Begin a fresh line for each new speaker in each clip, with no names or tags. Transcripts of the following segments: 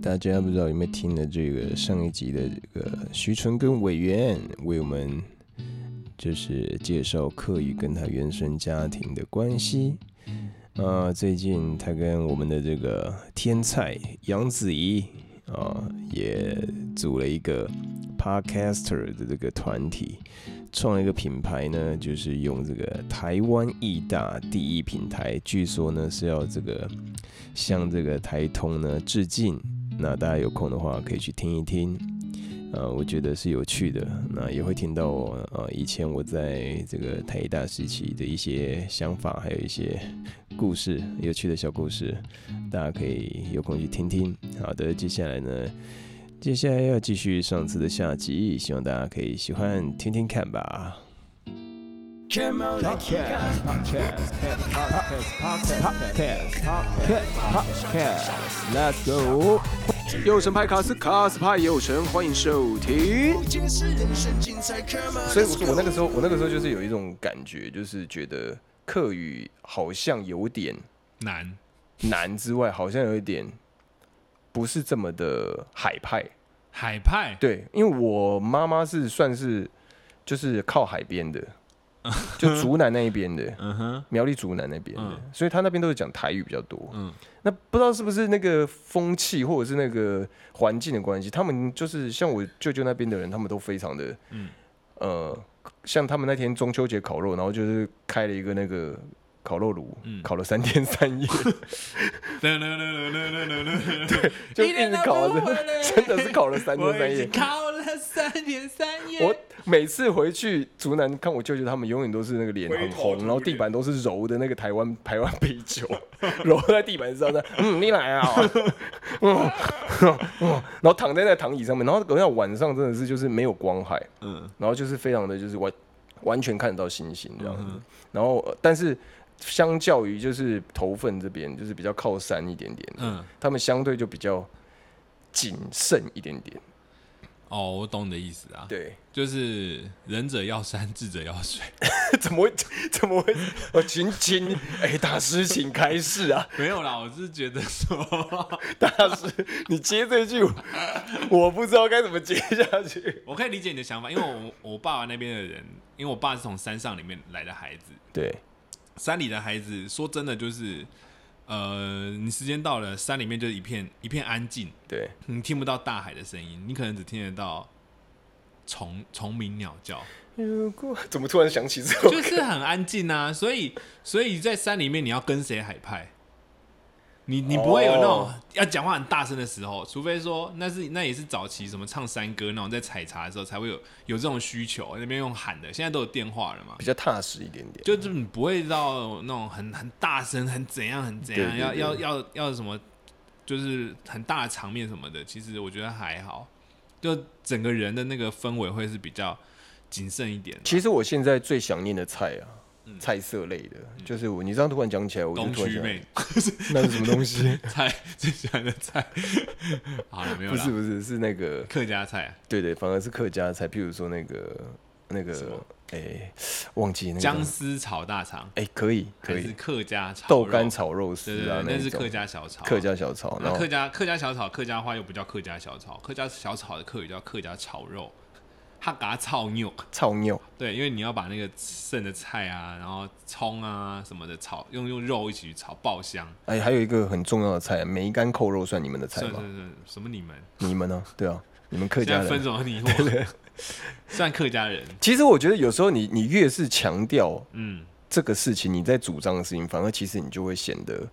大家不知道有没有听了这个上一集的这个徐纯跟委员为我们就是介绍克宇跟他原生家庭的关系。啊，最近他跟我们的这个天才杨子怡啊，也组了一个 podcaster 的这个团体，创了一个品牌呢，就是用这个台湾义大第一品牌，据说呢是要这个向这个台通呢致敬。那大家有空的话可以去听一听，呃，我觉得是有趣的。那也会听到呃以前我在这个台大时期的一些想法，还有一些故事，有趣的小故事，大家可以有空去听听。好的，接下来呢，接下来要继续上次的下集，希望大家可以喜欢听听看吧。
Come on, let's go.
Let's go，右神派卡斯卡斯派右神，欢迎收听。所以我说，我那个时候，我那个时候就是有一种感觉，就是觉得客语好像有点
难，
难之外，好像有一点不是这么的海派。
海派，
对，因为我妈妈是算是就是靠海边的，就 竹南那一边的，
嗯哼，
苗栗竹南那边的
嗯，
所以她那边都是讲台语比较多。
嗯，
那不知道是不是那个风气或者是那个环境的关系，他们就是像我舅舅那边的人，他们都非常的，
嗯
呃，像他们那天中秋节烤肉，然后就是开了一个那个烤肉炉，
嗯
烤了三天 三夜，
噔噔噔噔噔噔噔，
就一直烤了，真的是烤了三天
我
三
已
夜
经。考了三天三夜，
我每次回去竹南看我舅舅他们，永远都是那个脸很
灰头
红，
土
然后地板都是揉的那个台湾 台湾啤酒，揉在地板上的。 嗯，你来啊、嗯 嗯嗯，然后躺在那个躺椅上面，然后等下晚上真的是就是没有光害，
嗯
然后就是非常的就是完完全看得到星星这样子。
嗯
然后呃但是相较于就是头份这边就是比较靠山一点点，
嗯，
他们相对就比较谨慎一点点。
哦，我懂你的意思啊，
对，
就是仁者要山，智者要水，
怎么会怎么会？我哦请请，哎、大师请开始啊！
没有啦，我是觉得说，
大师，你接这句，我我不知道该怎么接下去。
我可以理解你的想法，因为我我爸爸那边的人，因为我爸是从山上里面来的孩子，
对，
山里的孩子，说真的就是，呃，你时间到了，山里面就是一片一片安静，
对，
你听不到大海的声音，你可能只听得到虫虫鸣鸟叫，
如果怎么突然想起这首歌？
就是很安静啊。所以，所以在山里面你要跟谁海派？你你不会有那种
哦
要讲话很大声的时候，除非说那是那也是早期什么唱山歌那种，在采茶的时候才会有有这种需求，那边用喊的，现在都有电话了嘛。
比较踏实一点点。
就是你不会到那种很很大声、很怎样、很怎样，
对对对
要要要要什么，就是很大的场面什么的。其实我觉得还好，就整个人的那个氛围会是比较谨慎一点的。
其实我现在最想念的菜啊，菜色类的，就是我，你这样突然讲起来，我就
嗯东
突然
区
想，
妹
那是什么东 西？
菜最喜欢的菜， 好了没有
不是
啦，
不是，是那个，
客家菜，啊
对对，反而是客家菜，譬如说那个那个
什么，
哎、忘记那个
姜丝炒大肠，
哎、可以可
还
以
是，客家炒
豆
肉
干，炒肉丝
对对
啊
对，，那
一
是
种
客家小炒啊，
客家哦小炒，然
那
后
客家客家小炒，客家话又不叫客家小炒，客家小炒的客语叫客家炒肉，哈嘎炒牛。
炒牛，
对，因为你要把那个剩的菜啊，然后葱啊什么的炒，用用肉一起炒爆香。
哎，还有一个很重要的菜，梅干扣肉算你们的菜
算
吗
算？算，什么你们？
你们呢？对啊，你们客
现
家
在分
人。
手你我， 算客家人。
其实我觉得有时候你你越是强调
嗯，
这个事情，你在主张的事情，反而其实你就会显得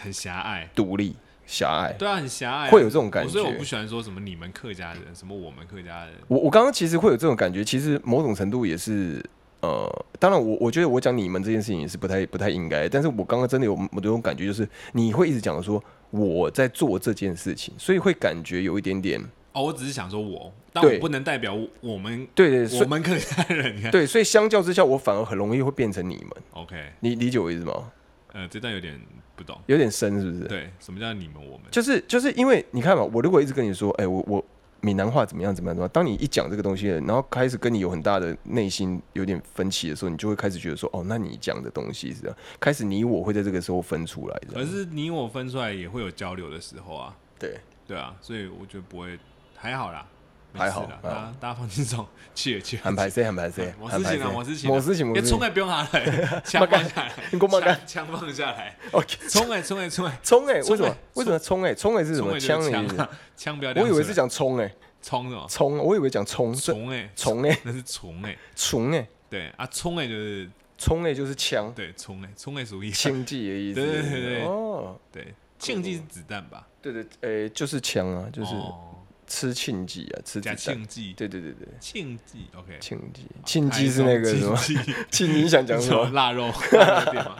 很狭隘。
独立狭隘。
对啊，很狭隘啊、
会有这种感觉
所以我不喜欢说什么你们客家人，什么我们客家人。
我我刚刚其实会有这种感觉，其实某种程度也是。呃，当然我，我觉得我讲你们这件事情也是不太不太应该，但是我刚刚真的有某种感觉，就是你会一直讲说我在做这件事情，所以会感觉有一点点
哦，我只是想说我，但
对
我不能代表我我们
对对，所
我
以
们客家人。你看
对，所以相较之下，我反而很容易会变成你们，
，OK，
你理解我意思吗？
呃，这段有点不懂。
有点深是不是？
对，什么叫你们我们？
就是就是因为你看嘛，我如果一直跟你说，哎、我我闽南话怎么样怎么样怎么样，当你一讲这个东西，然后开始跟你有很大的内心有点分歧的时候，你就会开始觉得说，哦，那你讲的东西是这样，开始你我会在这个时候分出来
可
的，
是你我分出来也会有交流的时候啊。
对，
呃对啊，所以我觉得不会，还好啦，没
还好
事啦，
还
大
好
家大家放轻松，切切。
很排 C，很排 C，
我
很
事
排
情啊，
斥
我事情啊，
某事情，某
别
事
冲
情
哎，不用 拿来，枪放下来，
你给我慢干
枪枪放下来，
，OK，
冲哎，冲哎，冲哎，
冲哎，为
冲
什么
欸？
为什么冲哎？冲哎 是什
冲
么的
哎就是
意
枪
思？
啊，枪不要亮
我以
出来。
为是讲冲哎，
冲什么？
冲，我以为讲冲，这
虫哎，
冲哎，
那是虫哎，
冲哎，
对啊，冲哎就是
冲哎就是枪，
对冲哎，冲哎属于
轻技的意思。
对对对对
哦，
对，庆忌是子弹吧？
对对，诶，就是枪啊，就是
哦
吃庆忌啊，吃
加
子弹。
庆忌，
对对对对，
庆忌 OK。
庆忌，庆忌是那个什么？
庆忌
庆忌你想讲什
什么
么？
腊肉腊肉店吗？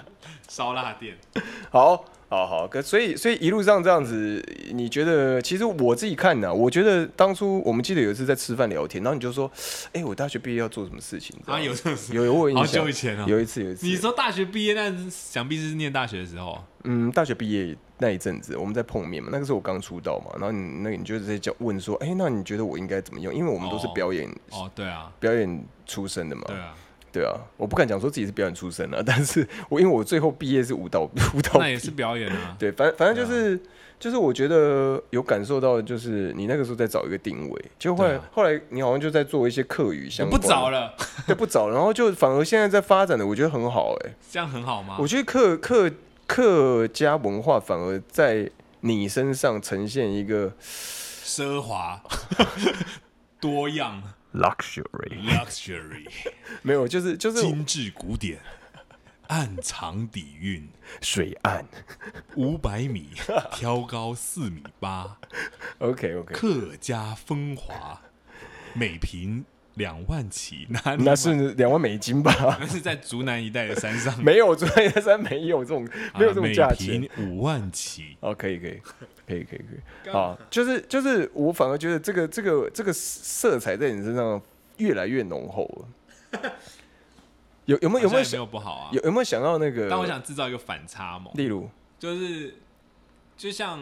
烧腊店，
好。好好，可所以所以一路上这样子，你觉得其实我自己看呢、我觉得当初我们记得有一次在吃饭聊天，然后你就说，哎、我大学毕业要做什么事情？这
啊，
样
有这种事。
有有我有印
好
象
久以前哦
有一次有一次，
你说大学毕业，那想必是念大学的时候，
嗯，大学毕业那一阵子，我们在碰面嘛，那个时候我刚出道嘛，然后你那个你就在讲问说，哎、那你觉得我应该怎么用？因为我们都是
哦
表演、
哦，对啊，
表演出身的嘛，
对啊，
对啊，我不敢讲说自己是表演出身啊，但是我因为我最后毕业是舞蹈舞蹈
那也
毕
是表演啊，
对，反反正就是、就是我觉得有感受到，就是你那个时候在找一个定位，就后来、
对啊
后来你好像就在做一些课语
我
相
不
关，
找
了，
了，
对，不找，然后就反而现在在发展的，我觉得很好、哎。
这样很好吗
我？觉得客客客家文化反而在你身上呈现一个
奢华，多样
luxury，
，luxury，
没有，就是就是
精致古典， 暗藏底蕴，
水岸。
五百 米，挑高四米八，
OK OK，
客家风华，每瓶两万起，哪里
那
买
是两万美金吧？
那是在竹南一带的山上，啊
没有，昨天山没有这种没有这种价钱。
每瓶五万起，
哦，可以可以，可以可以可以，啊，就是就是，我反而觉得这个这个这个色彩在你身上越来越浓厚了。 有有没有有没有
好像也没
想
有不好啊？
有有没有想到那个？
但我想制造一个反差萌，
例如，
就是就像，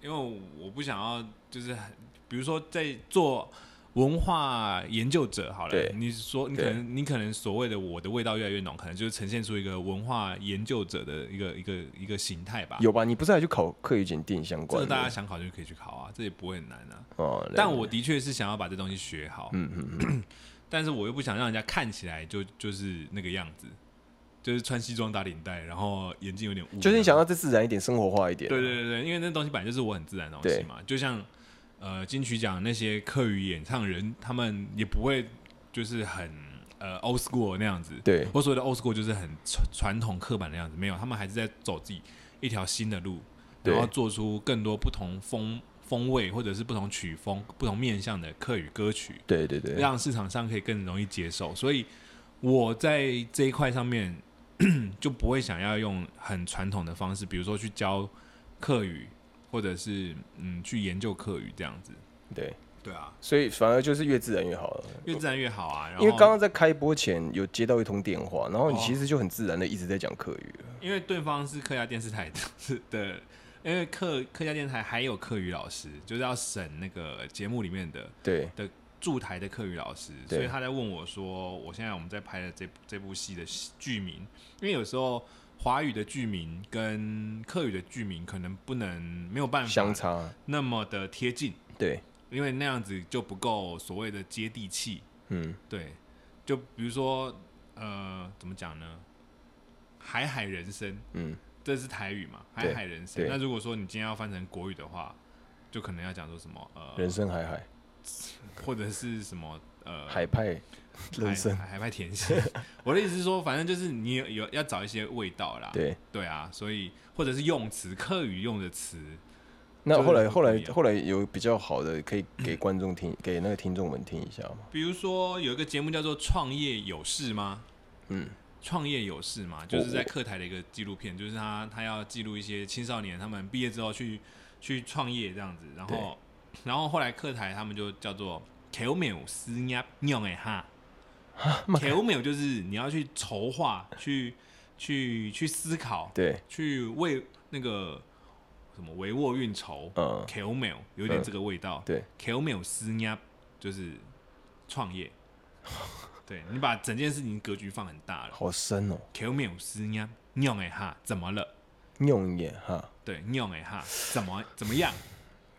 因为我不想要，就是很比如说在做文化研究者好了
对，
你说你可
对
能你可能所谓的我的味道越来越浓，可能就是呈现出一个文化研究者的一个一个一个形态吧。
有吧？你不是还去考课语检定相
啊这
关
个
的？
大家想考就可以去考啊，这也不会很难啊。
哦，了
但
解
我的确是想要把这东西学好，
嗯嗯嗯，
但是我又不想让人家看起来就就是那个样子，就是穿西装打领带，然后眼镜有点雾。
就是你想要再自然一点、生活化一点。啊
对对对对，因为那东西本来就是我很自然的东西嘛，就像呃金曲奖那些客语演唱人，他们也不会就是很呃 old school 那样子。
对
我所谓的 old school 就是很传传统刻板的样子，没有，他们还是在走自己一条新的路，
对
然后做出更多不同风风味或者是不同曲风、不同面向的客语歌曲。
对对对
让市场上可以更容易接受。所以我在这一块上面 就不会想要用很传统的方式，比如说去教课语，或者是嗯去研究课语这样子。
对，
对啊，
所以反而就是越自然越好了。
越自然越好啊。然后
因为刚刚在开播前有接到一通电话，然后你
哦
其实就很自然的一直在讲客语了。
因为对方是客家电视台的 是的，因为客客家电视台还有课语老师，就是要审那个节目里面的
对
驻台的课语老师，
对
所以他在问我说，我现在我们在拍的这这部戏的剧名，因为有时候华语的剧名跟客语的剧名可能不能没有办
相
法
差，
那么的贴近，
对，
因为那样子就不够所谓的接地气。
嗯，
对，就比如说呃，怎么讲呢？海海人生，
嗯，
这是台语嘛？
对
海海人生。
对
那如果说你今天要翻成国语的话，就可能要讲说什么呃
人，生海海
或者是什么呃，
嗯海派人生，
海海派甜心。 我的意思是说，反正就是你有有要找一些味道啦。
对。
啊，所以或者是用词，客语用的词，
那后来
就是
后
不一
来
样
后来有比较好的可以给观众听，给那个听众们听一下嘛。
比如说有一个节目叫做《创业有事吗》。
嗯，
创业有事嘛，就是在客台的一个纪录片，就是他他要记录一些青少年他们毕业之后去去创业这样子，然后然后后来客台他们就叫做 k e m e 斯呀酿哎哈 k e m e 就是你要去筹划，去去去思考，
对，
去为那个什么维沃运筹，
嗯，
k m e 有点这个味道，
对
k m e 斯呀就是 创业，对你把整件事情格局放很大了。
好深哦，
Q 缪斯呀，尿哎哈，怎么了？
用眼哈，
对，尿哎哈，怎么怎么样？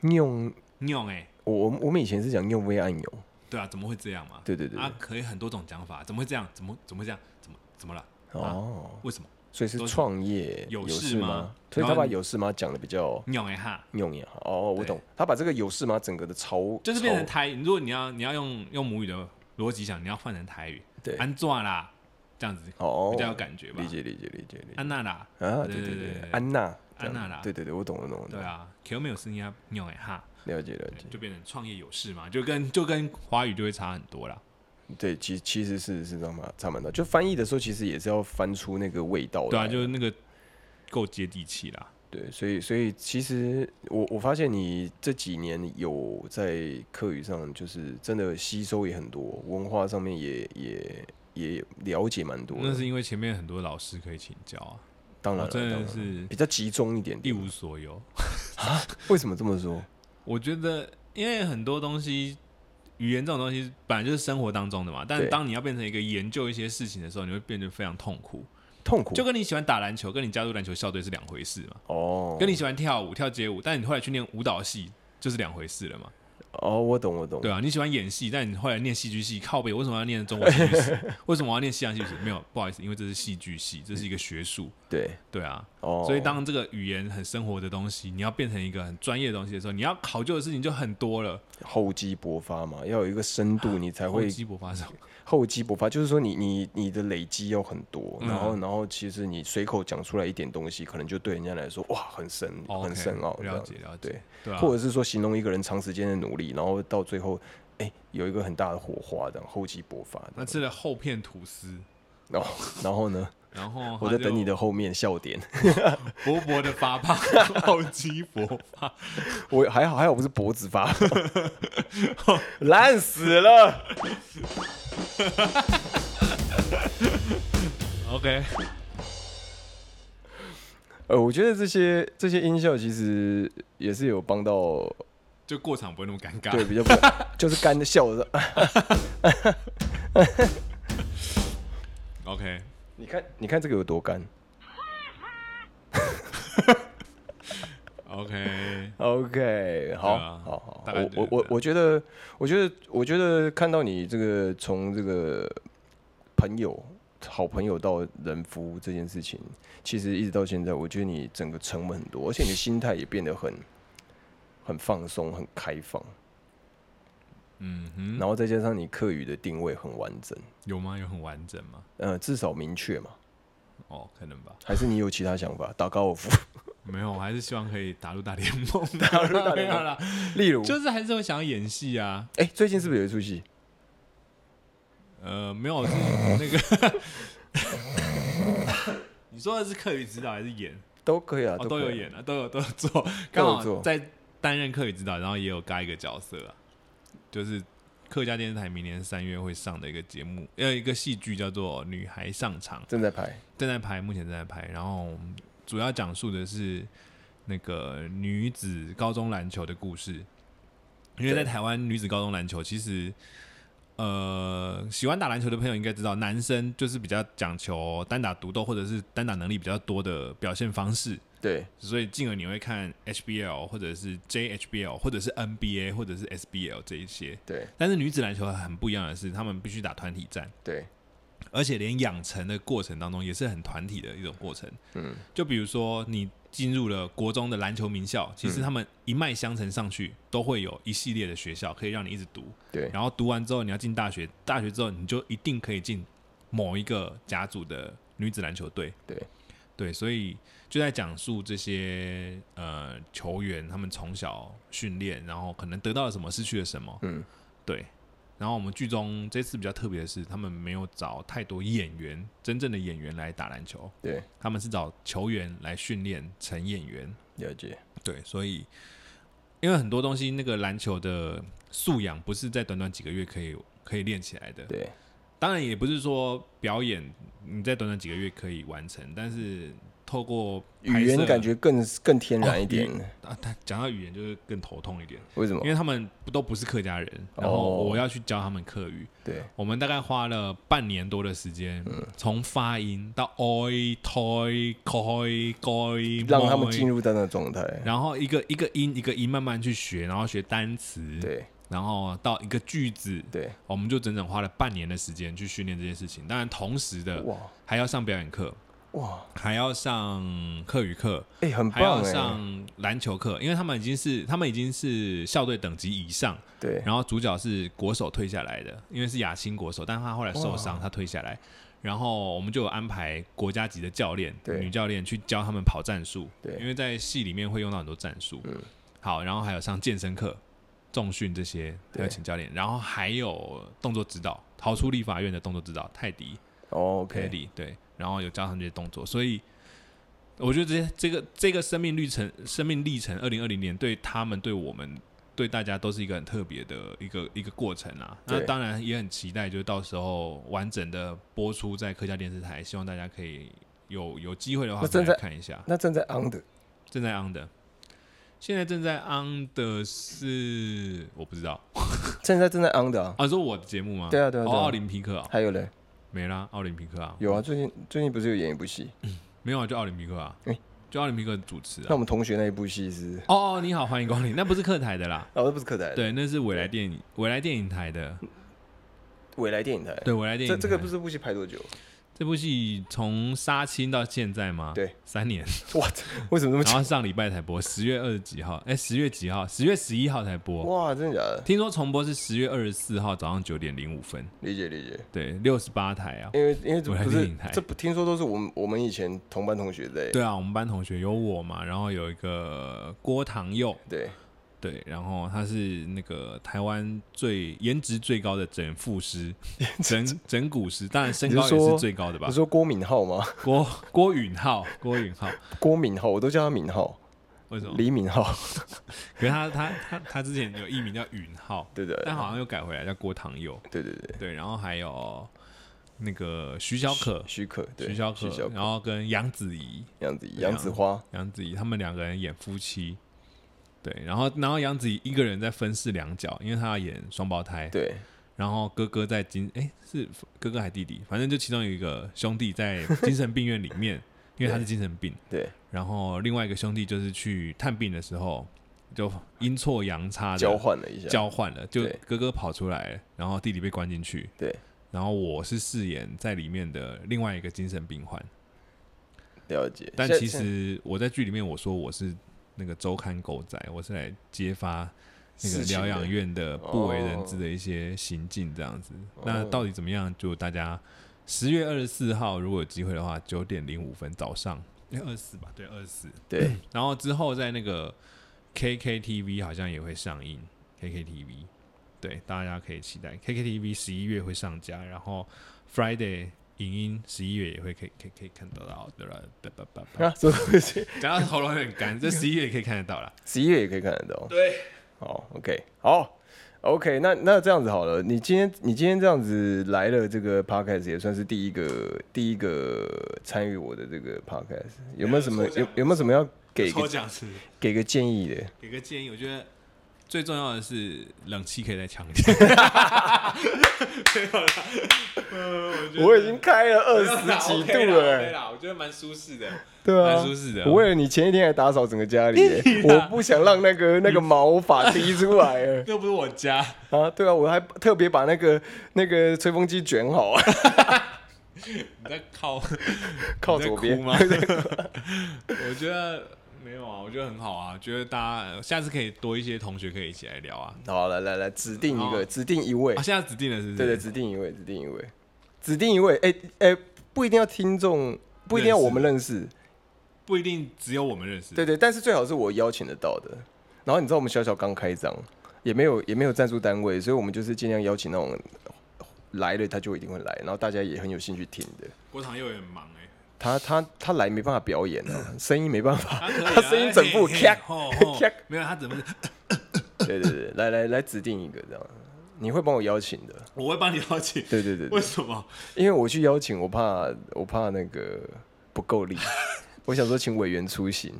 用
用哎，
我我我们以前是讲用微按钮，
对啊，怎么会这样嘛？
对对对，
啊，可以很多种讲法，怎么会这样？怎么怎么会这样？怎么怎么了？
哦，
为什么？
所以是
啊都是
创业
有事
事
吗
吗？所以
然
他
后
把
你
有事吗讲的比较
用哎哈，
用也好，哦，我
对
懂，他把这个有事吗整个的潮
就是变成
潮
台。如果你要你要用用母语的逻辑想，你要换成台语，
对
安怎啦？这样子
哦，
比较有感觉吧
理？解理解理解理解
安娜啦，
啊，
对
对对
对对对
安娜这样
安娜啦
对对对，我懂了懂了，
对
懂了，
啊，Q 没有声音啊，用哎哈，
了解了解
对，就变成创业有事嘛，就跟就跟华语就会差很多啦。
对，其其实是是这样嘛，差蛮多，就翻译的时候其实也是要翻出那个味道来，
对啊，就是那个够接地气啦。
对，所以所以其实我我发现你这几年有在课语上，就是真的吸收也很多，文化上面也也也了解蛮多的。
那是因为前面很多老师可以请教啊，
当然
我
了
真
当
的
然了
是
比较集中一点
一
点。
无所有。
为什么这么说？
我觉得，因为很多东西，语言这种东西本来就是生活当中的嘛，但
对
当你要变成一个研究一些事情的时候，你会变得非常痛苦。
痛苦
就跟你喜欢打篮球，跟你加入篮球校队是两回事嘛，
哦，
跟你喜欢跳舞、跳街舞，但你后来去念舞蹈系就是两回事了嘛，
哦，我懂我懂，
对啊，你喜欢演戏，但你后来念戏剧系，靠背为什么要念中国戏 剧系？为什么我要念西洋戏剧系？没有，不好意思，因为这是戏剧系，这是一个学术，
对
对啊，
哦，
所以当这个语言很生活的东西，你要变成一个很专业的东西的时候，你要考究的事情就很多了。
厚积薄发嘛，要有一个深度，你才
啊厚
会
积薄发是吧
厚积薄发，就是说你你你的累积要很多，
嗯
然后然后其实你随口讲出来一点东西，可能就对人家来说哇很深
哦
很
OK，
深奥，这
了
样
解了解
对，
对啊，
或者是说形容一个人长时间的努力，然后到最后哎、有一个很大的火花，这样厚积薄发
那
的，
吃了厚片吐司，
然后然 后呢，
然后
我
他
在等
就
你的后面笑 点，
薄薄的发胖，厚积薄发，
我还好还好不是脖子发， 烂死了，
OK，
呃，我觉得这些这些音效其实也是有帮到
就过场不会那么尴尬。
对，比较不就是干的笑的。
o k
你看，你看这个有多干
OK，
？OK，好，
对啊
好好，
大概
我
就是
我我我觉得，我觉得，我觉得看到你这个从这个朋友、好朋友到人夫这件事情，其实一直到现在，我觉得你整个沉稳很多，而且你的心态也变得 很很放松、很开放，
嗯哼，
然后再加上你课语的定位很完整，
有吗？有很完整吗？
呃，至少明确嘛。
哦，可能吧，
还是你有其他想法？打高 尔夫，
没有，我还是希望可以打入大联盟，
打入大联盟
没有啦，
例如，
就是还是会想要演戏啊。
哎、最近是不是有一出戏？
呃，没有，是那个， 你说的是课余指导还是演？
都可以啊，
哦，
可
都有
以啊
演啊，都有都有做，刚好
做
在担任课语指导，然后也有嘎一个角色啊，就是客家电视台明年三月会上的一个节目，呃，一个戏剧叫做《女孩上场》，
正在拍。
正在拍，目前正在拍，然后主要讲述的是那个女子高中篮球的故事，因为在台湾女子高中篮球其实。呃，喜欢打篮球的朋友应该知道，男生就是比较讲求单打独斗，或者是单打能力比较多的表现方式。
对，
所以进而你会看 HBL 或者是 JHBL 或者是 NBA 或者是 SBL 这一些。
对，
但是女子篮球很不一样的是，他们必须打团体战，
对，
而且连养成的过程当中也是很团体的一种过程。
嗯，
就比如说你进入了国中的篮球名校，其
嗯
实他们一脉相承上去，都会有一系列的学校可以让你一直读。
对，
然后读完之后你要进大学，大学之后你就一定可以进某一个甲组的女子篮球队。
对，
对，所以就在讲述这些呃球员他们从小训练，然后可能得到了什么，失去了什么。
嗯，
对。然后我们剧中这次比较特别的是，他们没有找太多演员，真正的演员来打篮球，
对，
他们是找球员来训练成演员。
了解。
对，所以因为很多东西，那个篮球的素养不是在短短几个月可以可以练起来的。
对，
当然也不是说表演你在短短几个月可以完成，但是透过拍摄
语言感觉更更天然一点，
啊，他讲到语言就是更头痛一点，
为什么
因？为他们不都不是客家人，然后
啊哦
我要去教他们客语，
对，
我们大概花了半年多的时间，
嗯
从发音到 oi toy koi koi，
让他们进，入到那状态，
然后一个一个音一个音慢慢去学，然后学单词，，
对
然后到一个句子，
对，
我们就整整花了半年的时间去训练这些事情。当然，同时的
哇
还要上表演课，
哇，
还要上课语课，
哎，很
还要
棒哎，
上篮球课，因为他们已经是他们已经是校队等级以上，
对，
然后主角是国手退下来的，因为是亚青国手，但他后来受伤，他退下来。然后我们就有安排国家级的教练，
对
女教练去教他们跑战术，
对
因为在戏里面会用到很多战术。
嗯
好，然后还有上健身课、重训这些，还有
对
请教练，然后还有动作指导，逃出立法院的动作指导泰迪，
哦
佩
，OK，
里对，然后有教他们这些动作，所以我觉得这些这个这个生命历程，生命历程，二零二零年对他们、对我们、对大家都是一个很特别的一个一个过程啊。那
对
当然也很期待，就是到时候完整的播出在客家电视台，希望大家可以有有机会的话
那
可以
正
来
在
看一下。
那站在 on 的
正在 on 的，现在正在 on 的是我不知道
现在正在 on 的啊，
啊，是我的节目吗？
对啊对啊
哦
对啊
奥林匹克啊，
还有嘞，
没啦，奥林匹克啊，
有啊，最近最近不是有演一部戏？
没有啊，就奥林匹克啊
诶，
就奥林匹克主持啊
那我。们同学那一部戏是，
哦哦，你好，欢迎光临。那不是客台的啦，
哦，那不是客台的，
对，那是未来电影未来电影台的，
未来电影台，
对，未来电影
这
台
这个不是部戏拍多久？
这部戏从杀青到现在吗？
对，
三年，
哇，为什么那么
然
久？
后上礼拜才播，十月二十几号，哎，十月几号？十月十一号才播。
哇，真的假的？
听说重播是十月二十四号早上九点零五分，
理解理解，
对，六十八台啊。
因为因为这
未来
不
电
是
影台
这不听说都是我们我们以前同班同学在
对啊，我们班同学有我嘛，然后有一个郭唐佑，
对
对，然后他是那个台湾最颜值最高的整 复师、整整骨师，当然身
你是
高也是
说
最高的吧
你？说郭敏浩吗？
郭郭允浩，郭允浩，
郭敏浩，我都叫他敏浩，
为什么？
李敏浩，
可是他他他他之前有艺名叫允浩，
对的，
但好像又改回来叫郭唐佑。
对对对，
对，然后还有那个徐小可，
许可，对，
徐小可，然后跟杨子怡，
杨子怡
对啊
杨子花，
杨子怡他们两个人演夫妻。对，然后然后杨子怡一个人在分饰两角，因为她要演双胞胎。
对，
然后哥哥在精，哎、是哥哥还弟弟，反正就其中有一个兄弟在精神病院里面，因为他是精神病。
对。
然后另外一个兄弟就是去探病的时候，就阴错阳差的
交换了一下，
交换了，就
对
哥哥跑出来，然后弟弟被关进去。
对。
然后我是饰演在里面的另外一个精神病患，
了解。
但
现在
其实我在剧里面我说我是那个周刊狗仔，我是来揭发那个
事情的
疗养院的不为人知的一些行径这样子。
哦
那到底怎么样？就大家十月二十四号，如果有机会的话，九点零五分早上，哎二十四吧，对，二十四。
对
然后之后在那个 KKTV 好像也会上映，KKTV 对，大家可以期待 KKTV 十一月会上架，然后 Friday 影音十一月也会可以可以可以看得到的了，叭叭叭叭
啊，这个东西
讲到喉咙有点干，这十一月也可以看得到啦。
十一月也可以看得到。
对，
好，OK，好，OK，那那这样子好了，你今天你今天这样子来了这个 podcast 也算是第一个第一个参与我的这个 podcast，有没有什么
有抽奖
有有没有什么要给
抽
个
奖是
给个建议的？
给个建议，我觉得最重要的是冷气可以再强一点。
我已经开了 二十
十
几度了、欸
对啦，我觉得蛮舒适的。
对啊，
蛮舒适的
我为了你前一天还打扫整个家里 耶、我不想让那个那个毛发滴出来耶
又不是我家，
啊！对啊，我还特别把那个那个吹风机卷好，
你在靠。
靠左边
你在哭吗？ 我觉得没有啊，我觉得很好啊，觉得大家下次可以多一些同学可以一起来聊啊。
好，来来来，指定一
好
个，指定一位
啊，，现在指定了是不是？
对对，指定一位，指定一位，指定一位。哎、哎、不一定要听众，不一定要我们认识，
不一定只有我们认识。
对对，但是最好是我邀请得到的。然后你知道我们小小刚开张，也没有也没有赞助单位，所以我们就是尽量邀请那种来了他就一定会来，然后大家也很有兴趣听的。
郭堂又很忙哎、
他他他来没办法表演 啊，声音没办法，
他可以啊、
他 声音整部
嘿嘿
咔
吼吼
咔
没有他怎么？
对对对，来来来指定一个这样，你会帮我邀请的，
我会帮你邀请。
对对对对
为什么？
因为我去邀请，我怕我怕那个不够力，我想说请委员出行，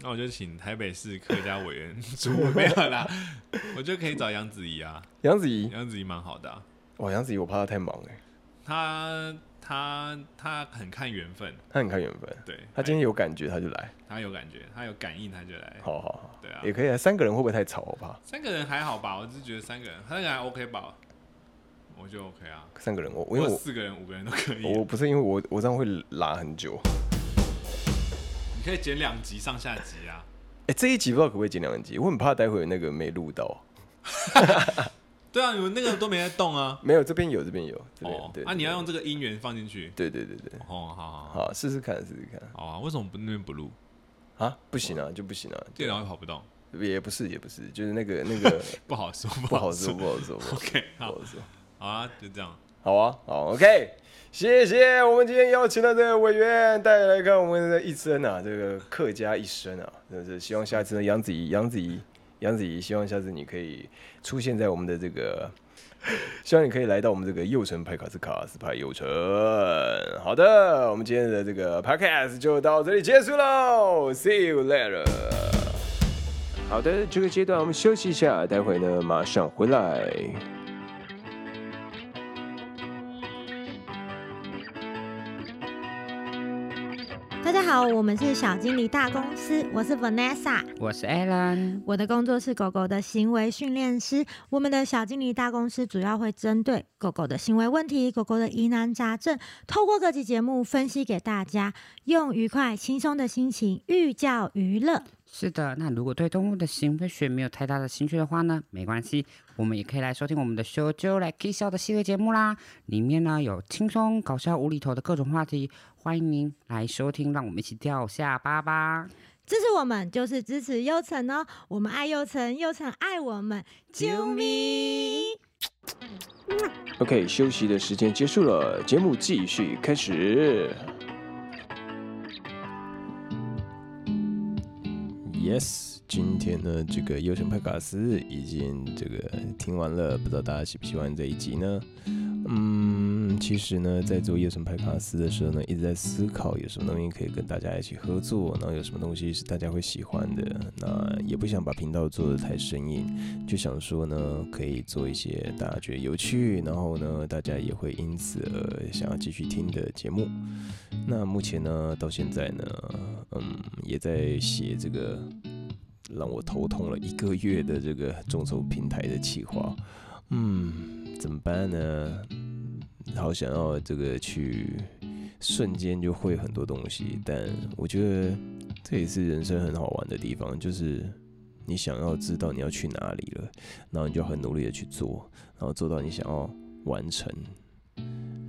那我就请台北市客家委员主没有啦， 我就可以找杨子怡啊，
杨子怡，
杨子怡蛮好的啊、
哇，杨子怡我怕她太忙哎、
她她她很看缘分，
她很看缘分，
对，
她今天有感觉她就来，
她有感觉，她有感应，她就来。
好好好，
对啊
也可以啊，三个人会不会太吵？好不好？
三个人还好吧？我只是觉得三个人，三个人还 OK 吧？我就 OK 啊。
三个人我
我
我因
有
为我
四个人、五个人都可以。
我不是因为我我这样会拉很久，
你可以剪两集上下集啊。
哎、这一集不知道可不可以剪两集，我很怕待会那个没录到，
对啊，你们那个都没在动啊。
没有这边有这边有这边有
哦，
对，
啊，你要
对
用这个音源放进去。
对对对对，
哦，好好好，
好试试看试试看
好啊。为什么不那边不录？
啊，不行啊就不行啊，
电脑会跑不动，
也不是也不是，就是那个那 个
不好说，
不
不
好
说
说。不好说不好说
OK，
不
好
好，说。
好啊，就这样。
好啊，好，OK，谢谢我们今天邀请到这个委员，带来看我们的一生啊，这个客家一生啊，真的是希望下次呢，杨子怡，杨子怡，杨子怡，希望下次你可以出现在我们的这个，希望你可以来到我们这个右城派卡斯卡斯派右城。好的，我们今天的这个 Podcast 就到这里结束喽，See you later。好的，这个阶段我们休息一下，待会呢马上回来。
大家好，我们是小经理大公司，我是 Vanessa，
我是 Alan，
我的工作是狗狗的行为训练师。我们的小经理大公司主要会针对狗狗的行为问题、狗狗的疑难杂症，透过各集节目分析给大家，用愉快轻松的心情寓教于乐。
是的，那如果对动物的行为学没有太大的兴趣的话呢，没关系，我们也可以来收听我们的《修就来 K 笑》的系列节目啦。里面呢有轻松、搞笑、无厘头的各种话题，欢迎您来收听，让我们一起掉下巴吧。
支持我们就是支持优晨哦，我们爱优晨，优晨爱我们，啾咪！
OK，休息的时间结束了，节目继续开始。Yes，今天呢，这个优胜派卡斯已经这个听完了，不知道大家喜不喜欢这一集呢？嗯，其实呢，在做优胜派卡斯的时候呢，一直在思考有什么东西可以跟大家一起合作，然后有什么东西是大家会喜欢的。那也不想把频道做的太生硬，就想说呢，可以做一些大家觉得有趣，然后呢，大家也会因此而想要继续听的节目。那目前呢，到现在呢，嗯，也在写这个让我头痛了一个月的这个众筹平台的企划，嗯，怎么办呢？好想要这个去瞬间就会很多东西，但我觉得这也是人生很好玩的地方，就是你想要知道你要去哪里了，然后你就很努力的去做，然后做到你想要完成，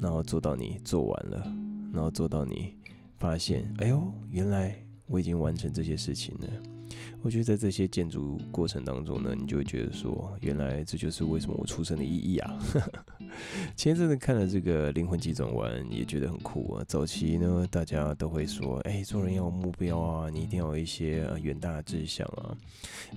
然后做到你做完了，然后做到你发现，哎呦，原来我已经完成这些事情了。我觉得在这些建筑过程当中呢，你就会觉得说，原来这就是为什么我出生的意义啊。 前一阵子看了这个《灵魂急转弯》，也觉得很酷啊。早期呢，大家都会说，哎、做人要有目标啊，你一定要有一些呃远大的志向啊。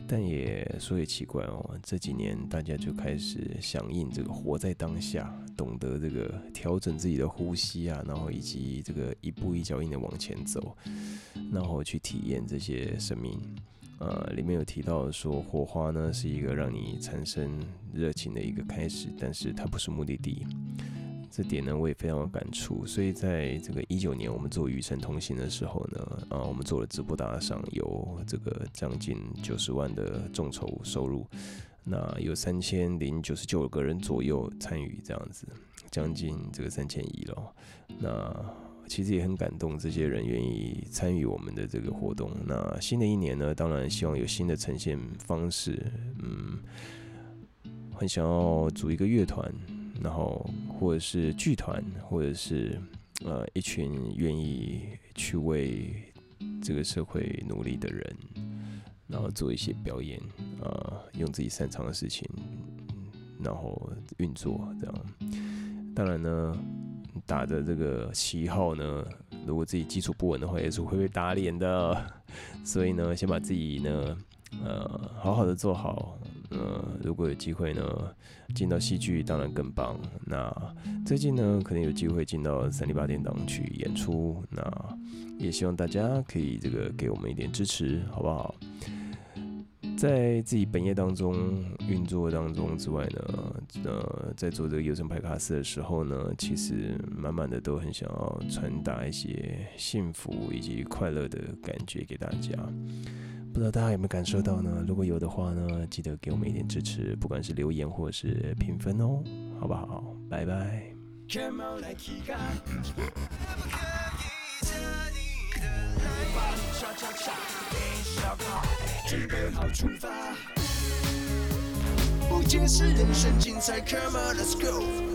但也说也奇怪哦，这几年大家就开始响应这个活在当下，懂得这个调整自己的呼吸啊，然后以及这个一步一脚印的往前走，然后去体验这些生命。呃，里面有提到说，火花呢是一个让你产生热情的一个开始，但是它不是目的地。这点呢，我也非常有感触。所以在这个一九年，我们做与神同行的时候呢，啊，我们做了直播打赏，有这个将近九十万的众筹收入，那有三千零九十九个人左右参与，这样子，将近这个三千一了。那其实也很感动，这些人愿意参与我们的这个活动。那新的一年呢，当然希望有新的呈现方式，嗯，很想要组一个乐团，然后或者是剧团，或者是呃一群愿意去为这个社会努力的人，然后做一些表演，呃，用自己擅长的事情，然后运作这样。当然呢，打着这个旗号呢， 如果自己基础不稳的话，也是会被打脸的。所以呢，先把自己呢呃，好好的做好。呃，如果有机会呢，进到戏剧当然更棒。那最近呢，可能有机会进到三零八殿堂去演出，那也希望大家可以这个给我们一点支持，好不好？在自己本业当中运作当中之外呢，呃，在做这个优胜派卡斯的时候呢，其实满满的都很想要传达一些幸福以及快乐的感觉给大家。不知道大家有没有感受到呢？如果有的话呢，记得给我们一点支持，不管是留言或是评分哦，好不好？拜拜。
Come on, like he got. 不仅是人生精彩，Come on, let's go。